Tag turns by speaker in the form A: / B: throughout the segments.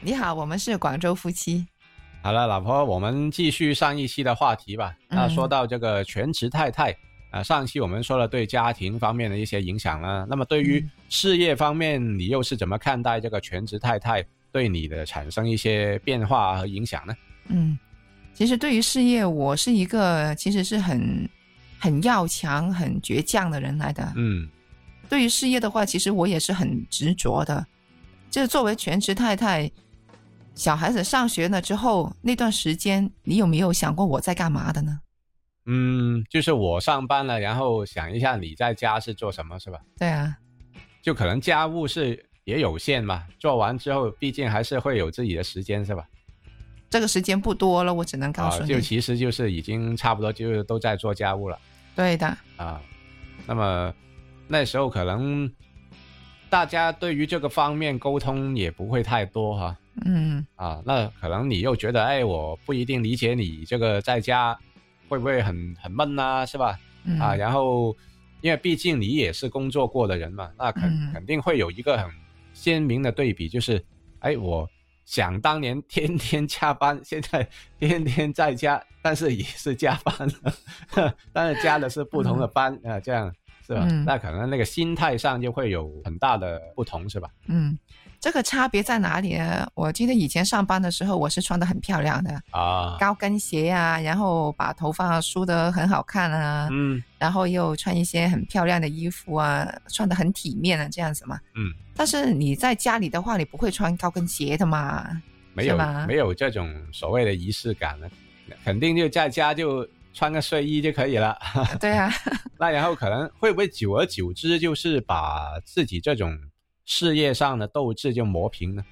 A: 你好，我们是广州夫妻。
B: 好了，老婆，我们继续上一期的话题吧。那
A: 嗯
B: 说到这个全职太太啊、上一期我们说了对家庭方面的一些影响啦。那么对于
A: 嗯
B: 事业方面，你又是怎么看待这个全职太太对你的产生一些变化和影响呢？
A: 嗯，其实对于事业，我是一个其实是很很要强、很倔强的人来的。
B: 嗯
A: 对于事业的话，其实我也是很执着的。就是作为全职太太，小孩子上学了之后那段时间，你有没有想过我在干嘛的呢？
B: 嗯，就是我上班了，然后想一下你在家是做什么，是吧？
A: 对啊，
B: 就可能家务事也有限嘛，做完之后毕竟还是会有自己的时间，是吧？
A: 这个时间不多了，我只能告
B: 啊
A: 诉，你，
B: 就其实就是已经差不多就是都在做家务了。
A: 对的，
B: 啊，那么那时候可能大家对于这个方面沟通也不会太多哈
A: 嗯。
B: 啊，那可能你又觉得哎，我不一定理解你这个在家会不会很很闷呐、是吧？
A: 嗯
B: 啊，然后因为毕竟你也是工作过的人嘛，那肯、
A: 嗯
B: 肯定会有一个很鲜明的对比，就是哎，我想当年天天加班，现在天天在家，但是也是加班， 但是加的是不同的班啊、这样是吧？
A: 嗯
B: 那可能那个心态上就会有很大的不同，是吧？
A: 嗯，这个差别在哪里呢？我记得以前上班的时候，我是穿的很漂亮的，
B: 啊，
A: 高跟鞋啊，然后把头发梳得很好看啊，
B: 嗯
A: 然后又穿一些很漂亮的衣服啊，穿得很体面啊，这样子嘛。
B: 嗯，
A: 但是你在家里的话，你不会穿高跟鞋的 嘛？
B: 没有
A: 是吧
B: 没有这种所谓的仪式感了，肯定就在家就穿个睡衣就可以了。
A: 对啊，
B: 那然后可能会不会久而久之，就是把自己这种事业上的斗志就磨平呢？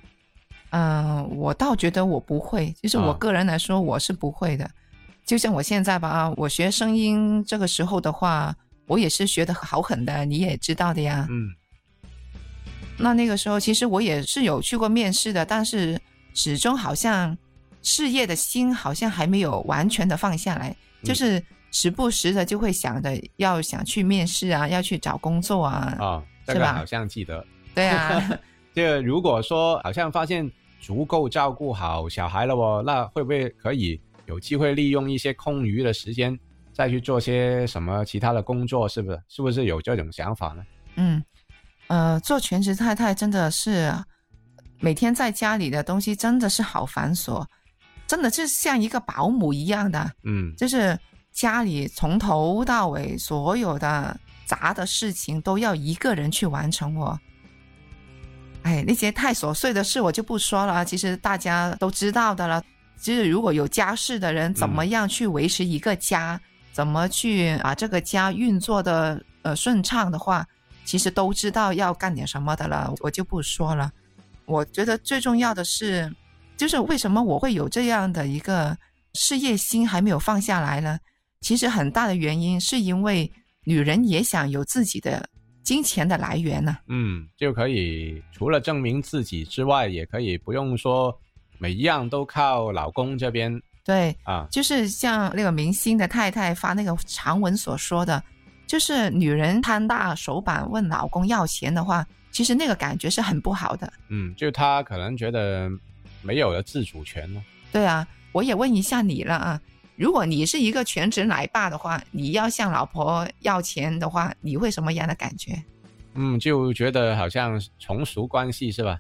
A: 嗯、我倒觉得我不会，就是我
B: 啊
A: 个人来说，我是不会的。就像我现在吧，啊，我学声音这个时候的话，我也是学得好狠的，你也知道的呀。
B: 嗯
A: 那那个时候，其实我也是有去过面试的，但是始终好像事业的心好像还没有完全的放下来，
B: 嗯
A: 就是时不时的就会想着要想去面试啊，要去找工作啊，
B: 啊，这
A: 是
B: 个
A: 吧
B: 好像记得。
A: 对啊，
B: 就如果说好像发现足够照顾好小孩了哦，那会不会可以有机会利用一些空余的时间，再去做些什么其他的工作？是不是？是不是有这种想法呢？
A: 嗯，呃，做全职太太真的是每天在家里的东西真的是好繁琐，真的是像一个保姆一样的，
B: 嗯
A: 就是家里从头到尾所有的杂的事情都要一个人去完成我。哎，那些太琐碎的事我就不说了啊，其实大家都知道的了。就是如果有家室的人，怎么样去维持一个家，怎么去把这个家运作的呃顺畅的话，其实都知道要干点什么的了，我就不说了。我觉得最重要的是，就是为什么我会有这样的一个事业心还没有放下来呢？其实很大的原因是因为女人也想有自己的金钱的来源呢、
B: 嗯，就可以除了证明自己之外，也可以不用说每一样都靠老公这边
A: 对，
B: 啊。
A: 就是像那个明星的太太发那个长文所说的，就是女人摊大手板问老公要钱的话，其实那个感觉是很不好的。
B: 嗯，就他可能觉得没有了自主权了。
A: 对啊，我也问一下你了啊。如果你是一个全职奶爸的话，你要向老婆要钱的话，你会什么样的感觉？
B: 嗯，就觉得好像从属关系是吧？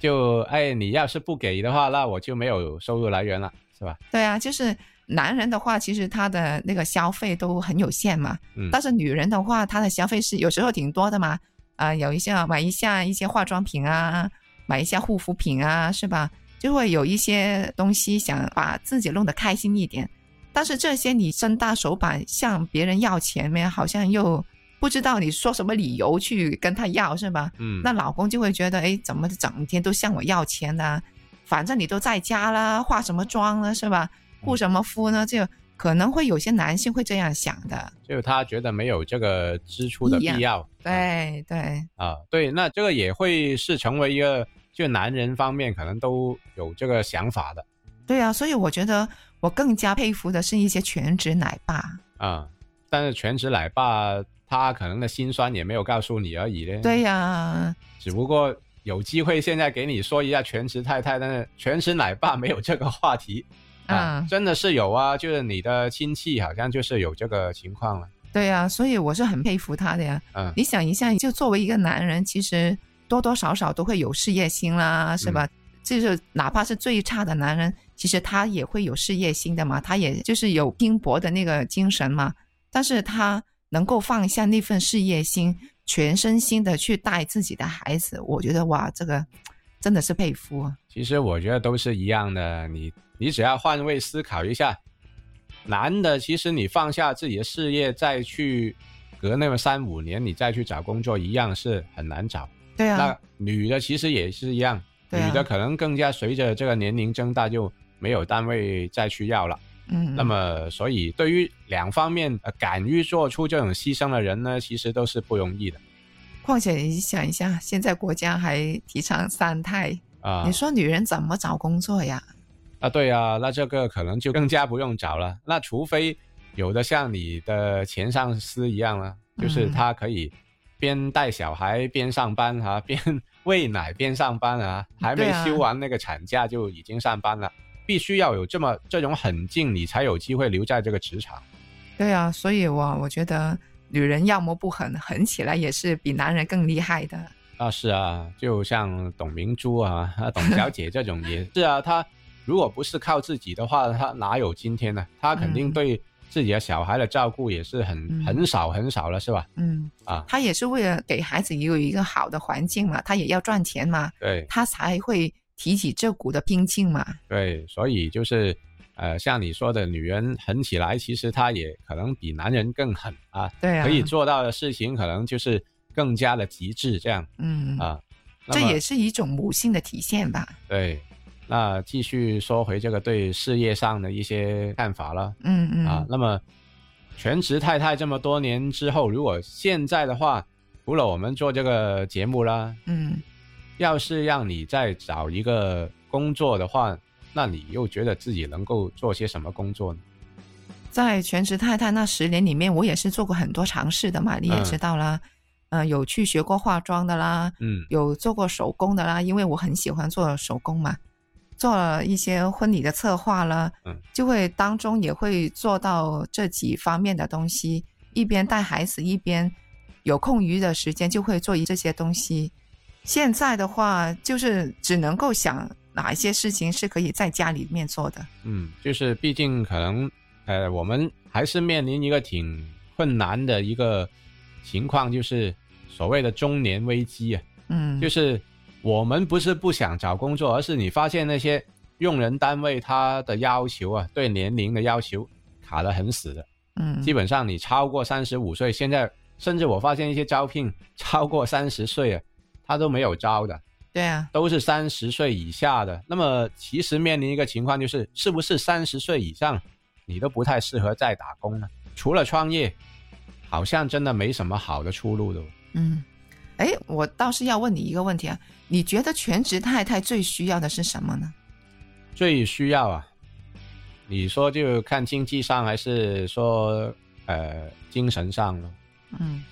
B: 就哎，你要是不给的话，那我就没有收入来源了，是吧？
A: 对啊，就是男人的话，其实他的那个消费都很有限嘛。
B: 嗯
A: 但是女人的话，她的消费是有时候挺多的嘛。啊、有一些啊买一下一些化妆品啊，买一下护肤品啊，是吧？就会有一些东西想把自己弄得开心一点。但是这些你伸大手板向别人要钱呢，好像又不知道你说什么理由去跟他要，是吧？
B: 嗯，
A: 那老公就会觉得，哎，怎么整天都向我要钱呢、反正你都在家啦，化什么妆呢，是吧？
B: 嗯
A: 护什么肤呢？就可能会有些男性会这样想的。
B: 就他觉得没有这个支出的
A: 一样
B: 必要。啊
A: 对对，
B: 啊，对，那这个也会是成为一个就男人方面可能都有这个想法的
A: 对啊，所以我觉得我更加佩服的是一些全职奶爸。
B: 啊。但是全职奶
A: 嗯
B: 爸他可能的辛酸也没有告诉你而已呢。
A: 对呀、
B: 只不过有机会现在给你说一下全职太太，但是全职奶爸没有这个话题啊，
A: 嗯
B: 真的是有啊，就是你的亲戚好像就是有这个情况了，
A: 对呀、所以我是很佩服他的呀。
B: 嗯
A: 你想一下，就作为一个男人，其实多多少少都会有事业心啦，是吧？就是哪怕是最差的男人，其实他也会有事业心的嘛，他也就是有拼搏的那个精神嘛。但是他能够放下那份事业心，全身心的去带自己的孩子，我觉得哇，这个真的是佩服啊！
B: 其实我觉得都是一样的，你你只要换位思考一下，男的其实你放下自己的事业再去隔那么三五年，你再去找工作一样是很难找。
A: 对啊
B: 那，女的其实也是一样，
A: 对啊
B: 女的可能更加随着这个年龄增大就没有单位再去要了。
A: 嗯，
B: 那么，所以对于两方面呃敢于做出这种牺牲的人呢，其实都是不容易的
A: 况且你想一下，现在国家还提倡三胎，
B: 啊。
A: 你说女人怎么找工作呀？
B: 啊，对啊，那这个可能就更加不用找了。那除非有的像你的前上司一样了，就是
A: 嗯
B: 他可以边带小孩边上班啊， 边喂奶边上班啊，还没
A: 对啊
B: 休完那个产假就已经上班了。必须要有这么这种狠劲，你才有机会留在这个职场。
A: 对啊，所以我我觉得女人要么不狠，狠起来也是比男人更厉害的。
B: 啊，是啊，就像董明珠啊、啊董小姐这种 也是啊，她如果不是靠自己的话，她哪有今天呢？她肯定
A: 嗯
B: 对自己的小孩的照顾也是很、
A: 嗯
B: 很少很少了，是吧？
A: 嗯，
B: 啊，
A: 她也是为了给孩子有一个好的环境嘛，她也要赚钱嘛，
B: 对
A: 她才会提起这股的拼劲嘛。
B: 对，所以就是，呃，像你说的，女人狠起来，其实她也可能比男人更狠啊，
A: 对啊，
B: 可以做到的事情可能就是更加的极致这样
A: 嗯，
B: 啊。那
A: 这
B: 么
A: 也是一种母性的体现吧。
B: 对，那继续说回这个对事业上的一些看法了。
A: 嗯嗯
B: 啊。那么全职太太这么多年之后，如果现在的话，除了我们做这个节目啦，
A: 嗯，
B: 要是让你再找一个工作的话，那你又觉得自己能够做些什么工作呢？
A: 在全职太太那十年里面，我也是做过很多尝试的嘛，你也
B: 嗯
A: 知道啦。嗯、有去学过化妆的啦，
B: 嗯
A: 有做过手工的啦，因为我很喜欢做手工嘛，做了一些婚礼的策划啦，
B: 嗯
A: 就会当中也会做到这几方面的东西，一边带孩子，一边有空余的时间就会做这些东西。现在的话，就是只能够想哪一些事情是可以在家里面做的，
B: 嗯，就是毕竟可能，呃，我们还是面临一个挺困难的一个情况，就是所谓的中年危机啊。
A: 嗯，
B: 就是我们不是不想找工作，而是你发现那些用人单位他的要求啊，对年龄的要求卡得很死的。
A: 嗯，
B: 基本上你超过三十五岁，现在甚至我发现一些招聘超过三十岁啊，他都没有招的，
A: 对啊，
B: 都是三十岁以下的。那么其实面临一个情况就是，是不是三十岁以上你都不太适合再打工呢？除了创业，好像真的没什么好的出路的哦。
A: 嗯，哎，我倒是要问你一个问题啊，你觉得全职太太最需要的是什么呢？
B: 最需要啊？你说就看经济上还是说呃精神上呢？
A: 嗯。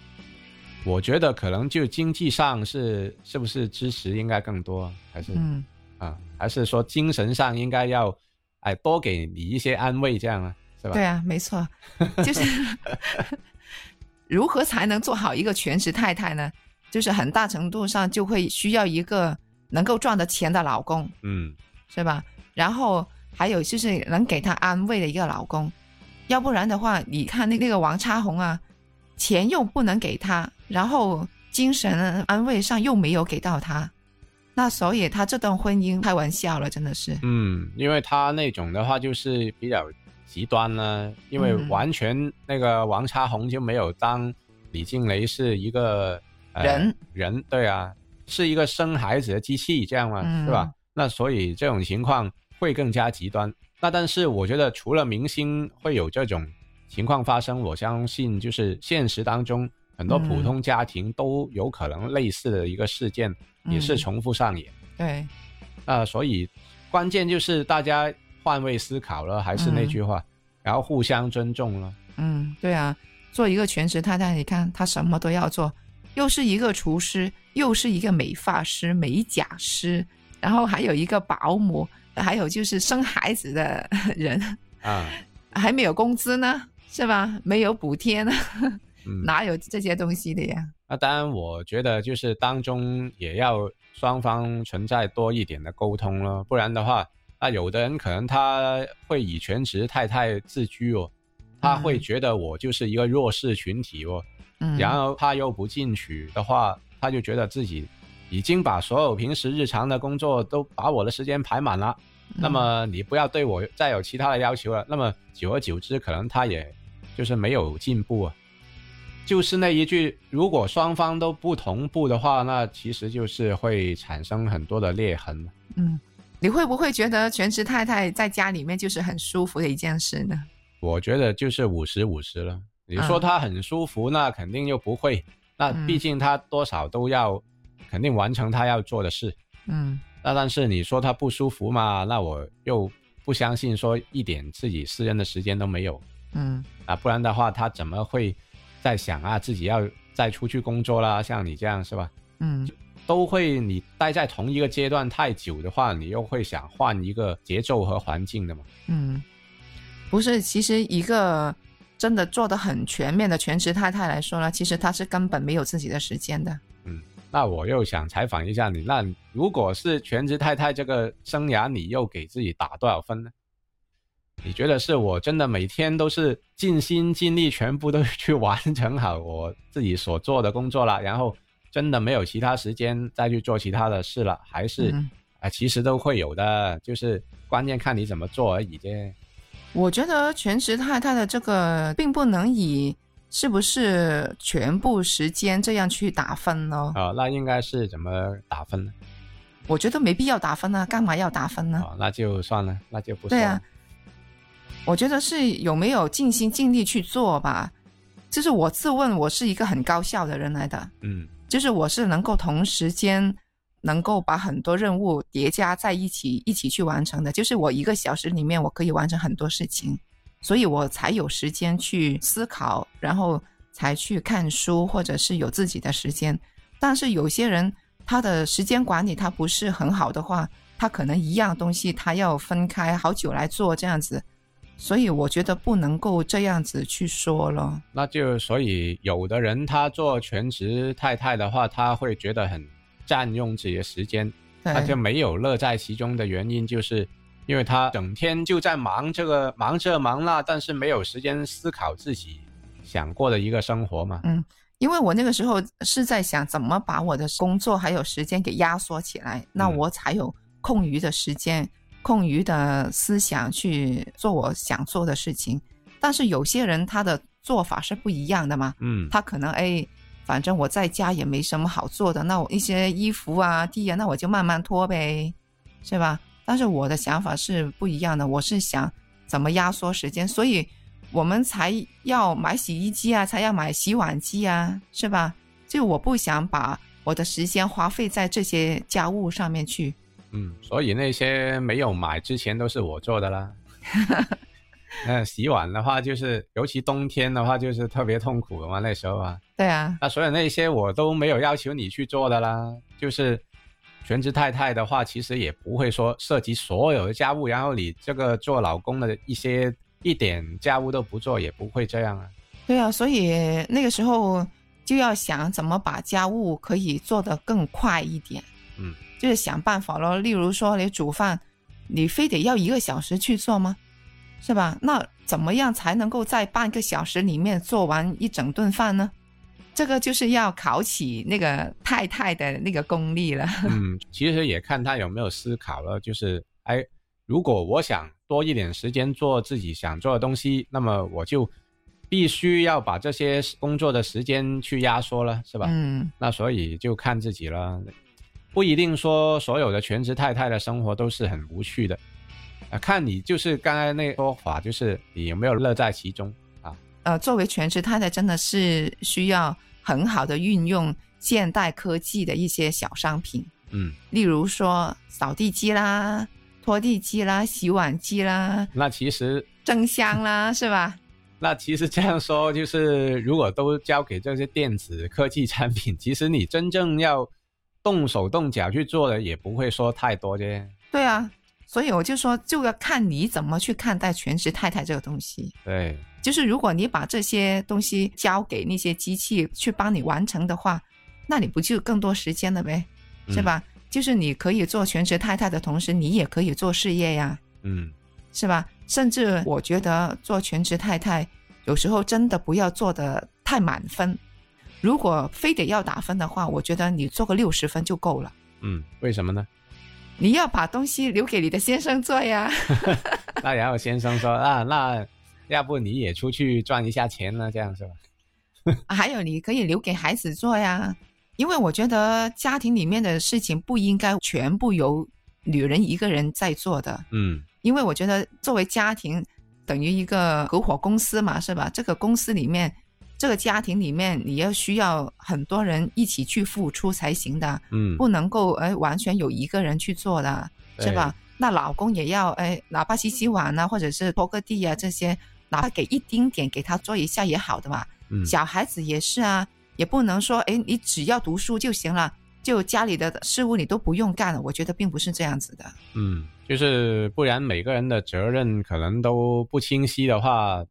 B: 我觉得可能就经济上是是不是支持应该更多，还是、
A: 嗯，
B: 啊，还是说精神上应该要哎多给你一些安慰这样啊，是吧？
A: 对啊，没 错，就是如何才能做好一个全职太太呢？就是很大程度上就会需要一个能够赚得钱的老公，
B: 嗯，
A: 是吧？然后还有就是能给她安慰的一个老公，要不然的话，你看那那个王叉红啊，钱又不能给她，然后精神安慰上又没有给到她，那所以她这段婚姻开玩笑了，真的是，
B: 嗯，因为他那种的话就是比较极端呢、因为
A: 嗯
B: 完全那个王叉红就没有当李静蕾是一个、呃、
A: 人
B: 人，对啊，是一个生孩子的机器，这样嘛、
A: 嗯
B: 是吧？那所以这种情况会更加极端。那但是我觉得除了明星会有这种情况发生，我相信就是现实当中很多普
A: 嗯
B: 通家庭都有可能类似的一个事件，也是
A: 嗯
B: 重复上演。
A: 对，
B: 啊、所以关键就是大家换位思考了，还是那句
A: 嗯
B: 话，然后互相尊重了。
A: 嗯，对啊，做一个全职太太，你看她什么都要做，又是一个厨师，又是一个美发师、美甲师，然后还有一个保姆，还有就是生孩子的人，
B: 啊，
A: 还没有工资呢，是吧？没有补贴呢，
B: 嗯，
A: 哪有这些东西的呀？
B: 那当然，我觉得就是当中也要双方存在多一点的沟通咯，不然的话，那有的人可能他会以全职太太自居哦，他会
A: 嗯
B: 觉得我就是一个弱势群体哦，
A: 嗯，
B: 然后他又不进取的话，他就觉得自己已经把所有平时日常的工作都把我的时间排满了，那
A: 嗯
B: 么你不要对我再有其他的要求了。那么久而久之，可能他也就是没有进步啊。就是那一句，如果双方都不同步的话，那其实就是会产生很多的裂痕。
A: 嗯，你会不会觉得全职太太在家里面就是很舒服的一件事呢？
B: 我觉得就是五十五十了。你说
A: 嗯
B: 他很舒服，那肯定又不会。那
A: 嗯
B: 毕竟他多少都要，肯定完成他要做的事。
A: 嗯
B: 那但是你说他不舒服嘛？那我又不相信说一点自己私人的时间都没有。
A: 嗯
B: 啊，不然的话他怎么会在想啊自己要再出去工作啦？像你这样是吧？
A: 嗯
B: 都会你待在同一个阶段太久的话，你又会想换一个节奏和环境的嘛？
A: 嗯，不是，其实一个真的做的很全面的全职太太来说呢，其实她是根本没有自己的时间的。
B: 那我又想采访一下你，那如果是全职太太这个生涯，你又给自己打多少分呢？你觉得是我真的每天都是尽心尽力，全部都去完成好我自己所做的工作了，然后真的没有其他时间再去做其他的事了，还是
A: 嗯
B: 啊，其实都会有的，就是关键看你怎么做而已啫。
A: 我觉得全职太太的这个并不能以是不是全部时间这样去打分哦。
B: 啊、那应该是怎么打分呢？
A: 我觉得没必要打分啊，干嘛要打分呢？
B: 啊、那就算了，那就不说
A: 对
B: 了。
A: 啊，我觉得是有没有尽心尽力去做吧。就是我自问，我是一个很高效的人来的，
B: 嗯
A: 就是我是能够同时间能够把很多任务叠加在一起一起去完成的。就是我一个小时里面，我可以完成很多事情，所以我才有时间去思考，然后才去看书，或者是有自己的时间。但是有些人他的时间管理他不是很好的话，他可能一样东西他要分开好久来做这样子，所以我觉得不能够这样子去说了。
B: 那就所以有的人他做全职太太的话，他会觉得很占用自己的时间，
A: 对，
B: 他啊就没有乐在其中的原因，就是因为他整天就在忙这个忙这忙那，但是没有时间思考自己想过的一个生活嘛。
A: 因为我那个时候是在想怎么把我的工作还有时间给压缩起来，那我才有空余的时间、空余的思想去做我想做的事情。但是有些人他的做法是不一样的嘛，
B: 嗯
A: 他可能哎，反正我在家也没什么好做的，那我一些衣服啊、地啊，那我就慢慢拖呗，是吧？但是我的想法是不一样的，我是想怎么压缩时间，所以我们才要买洗衣机啊，才要买洗碗机啊，是吧？就我不想把我的时间花费在这些家务上面去。
B: 嗯，所以那些没有买之前都是我做的啦。那洗碗的话，就是尤其冬天的话，就是特别痛苦的嘛，那时候啊，
A: 对啊，
B: 那所以那些我都没有要求你去做的啦。就是全职太太的话，其实也不会说涉及所有的家务，然后你这个做老公的一些一点家务都不做，也不会这样啊。
A: 对啊，所以那个时候就要想怎么把家务可以做得更快一点。
B: 嗯，
A: 就是想办法咯。例如说，你煮饭，你非得要一个小时去做吗？是吧？那怎么样才能够在半个小时里面做完一整顿饭呢？这个就是要考起那个太太的那个功力了。
B: 嗯，其实也看他有没有思考了，就是哎，如果我想多一点时间做自己想做的东西，那么我就必须要把这些工作的时间去压缩了，是吧？
A: 嗯
B: 那所以就看自己了，不一定说所有的全职太太的生活都是很无趣的，啊，看你就是刚才那说法，就是你有没有乐在其中。
A: 呃，作为全职太太，真的是需要很好的运用现代科技的一些小商品。
B: 嗯，
A: 例如说扫地机啦、拖地机啦、洗碗机啦、
B: 那其实
A: 蒸箱啦，是吧？
B: 那其实这样说，就是如果都交给这些电子科技产品，其实你真正要动手动脚去做的，也不会说太多啫。
A: 对啊，所以我就说，就要看你怎么去看待全职太太这个东西。
B: 对，
A: 就是如果你把这些东西交给那些机器去帮你完成的话，那你不就更多时间了呗，
B: 嗯
A: 是？吧？就是你可以做全职太太的同时，你也可以做事业呀，
B: 嗯，
A: 是吧？甚至我觉得做全职太太，有时候真的不要做的太满分。如果非得要打分的话，我觉得你做个六十分就够了。
B: 嗯，为什么呢？
A: 你要把东西留给你的先生做呀。
B: 那然后先生说啊，那要不你也出去赚一下钱呢？这样是吧？
A: 还有你可以留给孩子做呀，因为我觉得家庭里面的事情不应该全部由女人一个人在做的，
B: 嗯
A: 因为我觉得作为家庭等于一个合伙公司嘛，是吧？这个公司里面，这个家庭里面，你要需要很多人一起去付出才行的，
B: 嗯，
A: 不能够哎完全有一个人去做的，
B: 对
A: 是吧？？
B: 哎
A: 那老公也要哎，哪怕洗洗碗啊，或者是拖个地啊这些，哪怕给一丁点给他做一下也好的嘛。
B: 嗯，
A: 小孩子也是啊，也不能说哎，你只要读书就行了，就家里的事务你都不用干了。我觉得并不是这样子的。
B: 嗯，就是不然每个人的责任可能都不清晰的话，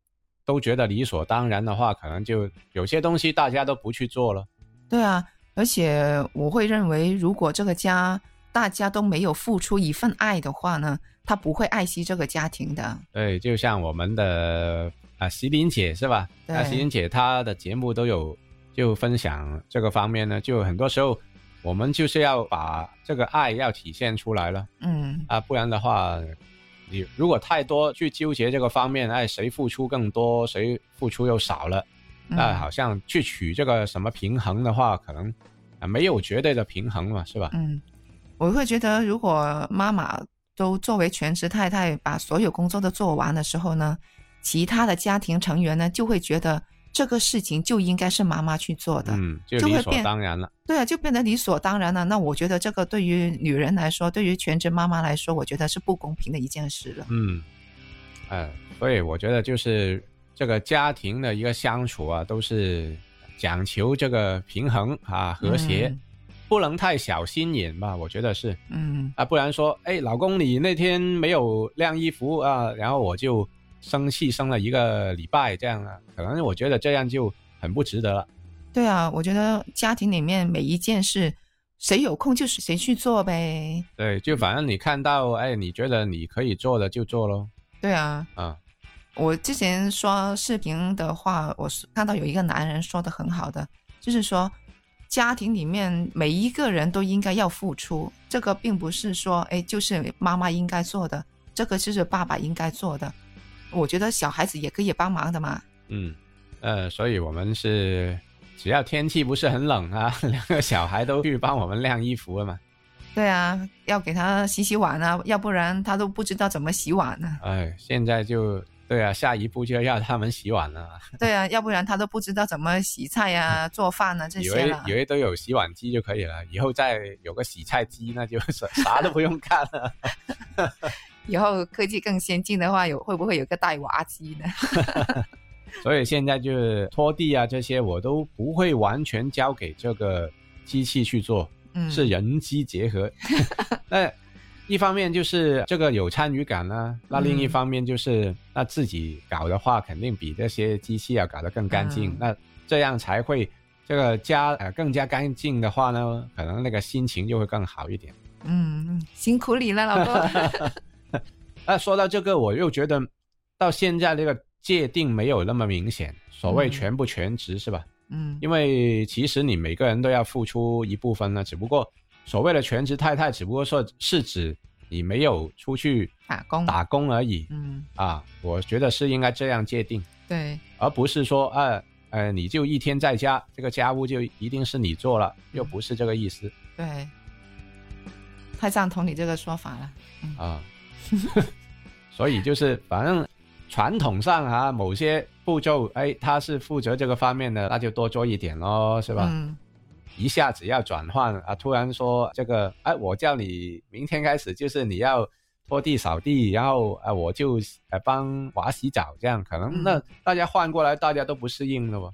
B: 都觉得理所当然的话，可能就有些东西大家都不去做了。
A: 对啊，而且我会认为，如果这个家大家都没有付出一份爱的话呢，他不会爱惜这个家庭的。
B: 对，就像我们的啊席琳姐是吧？
A: 对
B: 啊，席琳姐她的节目都有就分享这个方面呢，就很多时候我们就是要把这个爱要体现出来了
A: 嗯，
B: 啊，不然的话，你如果太多去纠结这个方面，哎，谁付出更多，谁付出又少了。
A: 嗯
B: 那好像去取这个什么平衡的话，可能啊没有绝对的平衡嘛，是吧？
A: 嗯，我会觉得，如果妈妈都作为全职太太把所有工作都做完的时候呢，其他的家庭成员呢就会觉得这个事情就应该是妈妈去做的。
B: 嗯，就
A: 就
B: 理
A: 会
B: 所
A: 变
B: 当然了。
A: 对啊，就变得理所当然了。那我觉得这个对于女人来说，对于全职妈妈来说，我觉得是不公平的一件事了。
B: 嗯，呃，所以我觉得就是这个家庭的一个相处啊，都是讲求这个平衡啊，和谐，不能太小心眼吧，我觉得是
A: 嗯，
B: 啊，不然说，哎，老公你那天没有晾衣服啊，然后我就生气生了一个礼拜这样啊，可能我觉得这样就很不值得了。
A: 嗯，对啊，我觉得家庭里面每一件事，谁有空就是谁去做呗。
B: 对，就反正你看到，哎，你觉得你可以做的就做咯。
A: 对啊，
B: 啊，
A: 我之前刷视频的话，我是看到有一个男人说的很好的，就是说家庭里面每一个人都应该要付出，这个并不是说哎就是妈妈应该做的，这个就是爸爸应该做的。我觉得小孩子也可以帮忙的嘛。
B: 嗯，呃，所以我们是只要天气不是很冷啊， 两个小孩都去帮我们晾衣服了嘛。
A: 对啊，要给他洗洗碗啊，要不然他都不知道怎么洗碗呢、
B: 哎，现在就对啊，下一步就要他们洗碗了，
A: 对啊，要不然他都不知道怎么洗菜啊、做饭啊这
B: 嗯以
A: 些
B: 为
A: 了
B: 以。为都有洗碗机就可以了，以后再有个洗菜机，那就 啥啥都不用干了。
A: 以后科技更先进的话，有会不会有个带娃机呢？
B: 所以现在就是拖地啊这些，我都不会完全交给这个机器去做。
A: 嗯，
B: 是人机 结合。那一方面就是这个有参与感啦、啊那另一
A: 嗯
B: 方面就是那自己搞的话，肯定比这些机器要搞得更干净。
A: 嗯
B: 那这样才会这个家呃更加干净的话呢，可能那个心情就会更好一点。
A: 嗯，嗯辛苦你了，老公。
B: 那说到这个，我又觉得到现在这个界定没有那么明显，所谓
A: 嗯
B: 全不全职是吧？
A: 嗯
B: 因为其实你每个人都要付出一部分呢，只不过所谓的全职太太，只不过说是指你没有出去
A: 打工
B: 打工而已
A: 嗯，
B: 啊。我觉得是应该这样界定，
A: 对，
B: 而不是说呃呃你就一天在家，这个家务就一定是你做了，又不是这个意思
A: 对，太赞同你这个说法了。
B: 啊。所以就是反正传统上啊，某些步骤哎他是负责这个方面的，那就多做一点咯，是吧？
A: 嗯，
B: 一下子要转换啊，突然说这个，哎，我叫你明天开始就是你要拖地、扫地，然后啊、呃我就呃帮娃洗澡，这样可能那
A: 嗯
B: 大家换过来，大家都不适应了吧？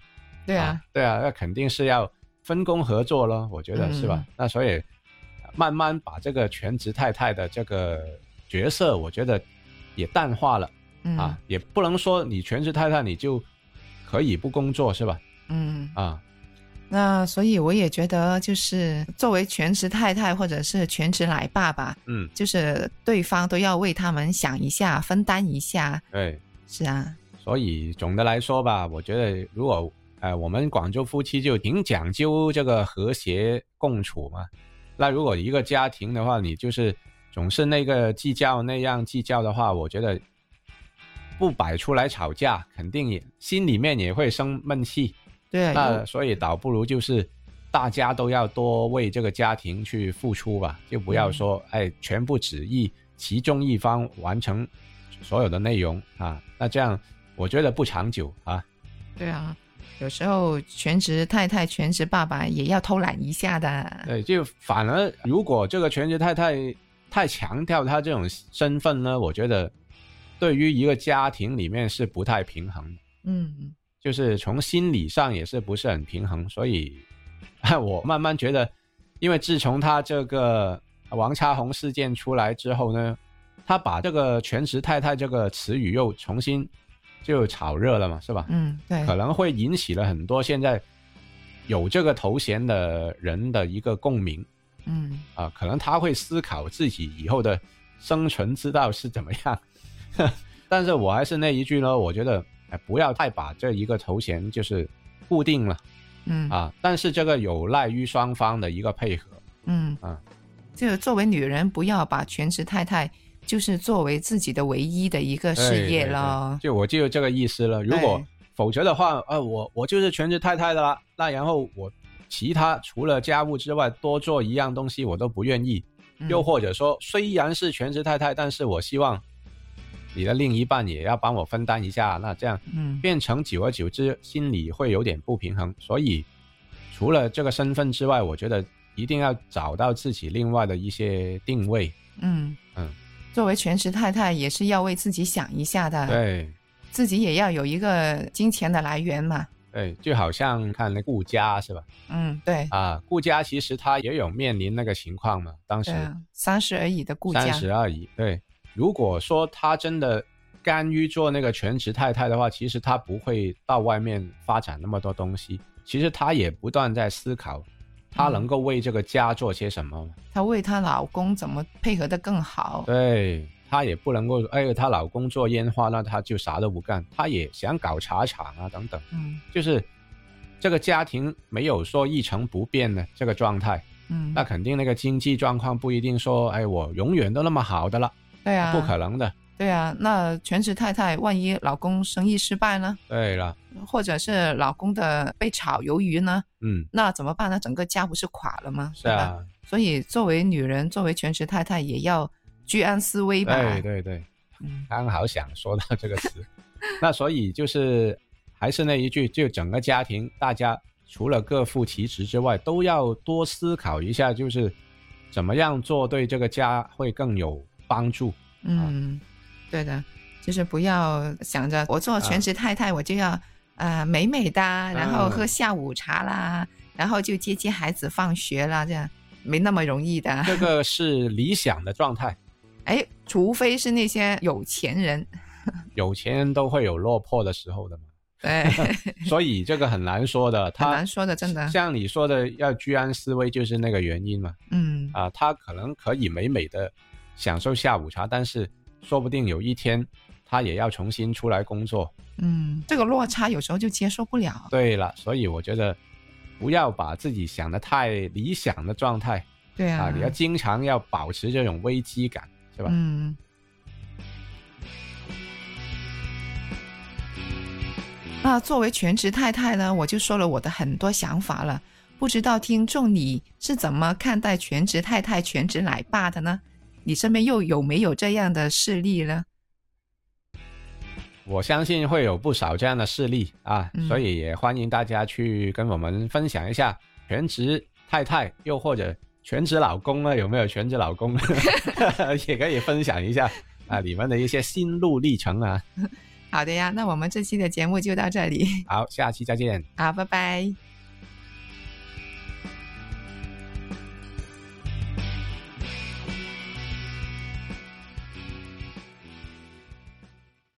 A: 对啊，，
B: 对啊，那肯定是要分工合作咯，我觉
A: 嗯
B: 得是吧？那所以呃慢慢把这个全职太太的这个角色，我觉得也淡化了、
A: 嗯
B: 啊，也不能说你全职太太你就可以不工作是吧？
A: 嗯，
B: 啊，
A: 那所以我也觉得，就是作为全职太太或者是全职奶爸吧，
B: 嗯，
A: 就是对方都要为他们想一下，分担一下。
B: 对，
A: 是啊，
B: 所以总的来说吧，我觉得如果呃我们广州夫妻就挺讲究这个和谐共处嘛，那如果一个家庭的话，你就是总是那个计较那样计较的话，我觉得不摆出来吵架，肯定也心里面也会生闷气。
A: 对，啊
B: 那所以倒不如就是大家都要多为这个家庭去付出吧，就不要说、哎全部只意其中一方完成所有的内容啊，那这样我觉得不长久啊。
A: 对啊，有时候全职太太、全职爸爸也要偷懒一下的。
B: 对，就反而如果这个全职太太太强调她这种身份呢，我觉得对于一个家庭里面是不太平衡的。
A: 嗯，
B: 就是从心理上也是不是很平衡，所以 我慢慢觉得，因为自从他这个王叉红事件出来之后呢，他把这个“全职太太”这个词语又重新就炒热了嘛，是吧？
A: 嗯，对，
B: 可能会引起了很多现在有这个头衔的人的一个共鸣
A: 嗯，
B: 啊、可能他会思考自己以后的生存之道是怎么样。 但是我还是那一句呢，我觉得哎，不要太把这一个头衔就是固定了
A: 嗯，
B: 啊。但是这个有赖于双方的一个配合。
A: 嗯，
B: 啊
A: 就作为女人，不要把全职太太就是作为自己的唯一的一个事业
B: 了，
A: 呃咯。
B: 就我就有这个意思了。如果否则的话，啊，我我就是全职太太的啦。那然后我其他除了家务之外，多做一样东西我都不愿意。
A: 嗯
B: 又或者说，虽然是全职太太，但是我希望你的另一半也要帮我分担一下。那这样
A: 嗯
B: 变成久而久之，心里会有点不平衡。所以，除了这个身份之外，我觉得一定要找到自己另外的一些定位。
A: 嗯
B: 嗯，
A: 作为全职太太，也是要为自己想一下的，
B: 对
A: 自己也要有一个金钱的来源嘛。
B: 对，就好像看那顾佳是吧？
A: 嗯，对，
B: 啊，顾佳其实她也有面临那个情况嘛，当时
A: 对啊，三十而已的顾
B: 三
A: 家，
B: 十而已。对，如果说她真的甘于做那个全职太太的话，其实她不会到外面发展那么多东西。其实她也不断在思考，她
A: 嗯
B: 能够为这个家做些什么。
A: 她为她老公怎么配合的更好？
B: 对她也不能够，哎，她老公做烟花，那她就啥都不干。她也想搞茶厂啊，等等，
A: 嗯
B: 就是这个家庭没有说一成不变的这个状态。
A: 嗯，
B: 那肯定那个经济状况不一定说，哎，我永远都那么好的了，
A: 对啊，
B: 不可能的。
A: 对啊，那全职太太万一老公生意失败呢，
B: 对了，
A: 或者是老公的被炒鱿鱼呢，
B: 嗯，
A: 那怎么办呢？整个家不是垮了吗？
B: 是
A: 对吧。
B: 啊，
A: 所以作为女人，作为全职太太，也要居安思危吧。
B: 哎对对对，
A: 嗯
B: 刚好想说到这个词。 那所以就是还是那一句，就整个家庭大家除了各负其职之外，都要多思考一下，就是怎么样做对这个家会更有帮 助。
A: 嗯，对的，就是不要想着我做全职太太，我就要呃美美哒，然
B: 嗯
A: 后喝下午茶啦，然后就接接孩子放学啦，这样没那么容易的。
B: 这个是理想的状态，
A: 哎，除非是那些有钱人，
B: 有钱人都会有落魄的时候 的嘛，
A: 对，
B: 所以这个很难说的。
A: 很
B: 他
A: 难说的，真的。
B: 像你说的，要居安思危就是那个原因嘛。
A: 嗯，
B: 啊，他可能可以美美的享受下午茶，但是说不定有一天他也要重新出来工作。
A: 嗯，这个落差有时候就接受不了。
B: 对了，所以我觉得不要把自己想的太理想的状态
A: 对啊，
B: 啊，你要经常要保持这种危机感，是吧？
A: 嗯。那作为全职太太呢，我就说了我的很多想法了。不知道听众你是怎么看待全职太太、全职奶爸的呢？你身边又有没有这样的事例呢？
B: 我相信会有不少这样的事例啊，
A: 嗯
B: 所以也欢迎大家去跟我们分享一下全职太太，又或者全职老公呢，有没有全职老公 呢？也可以分享一下啊，你们的一些心路历程啊。
A: 好的呀，那我们这期的节目就到这里，
B: 好，下期再见。
A: 好，拜拜。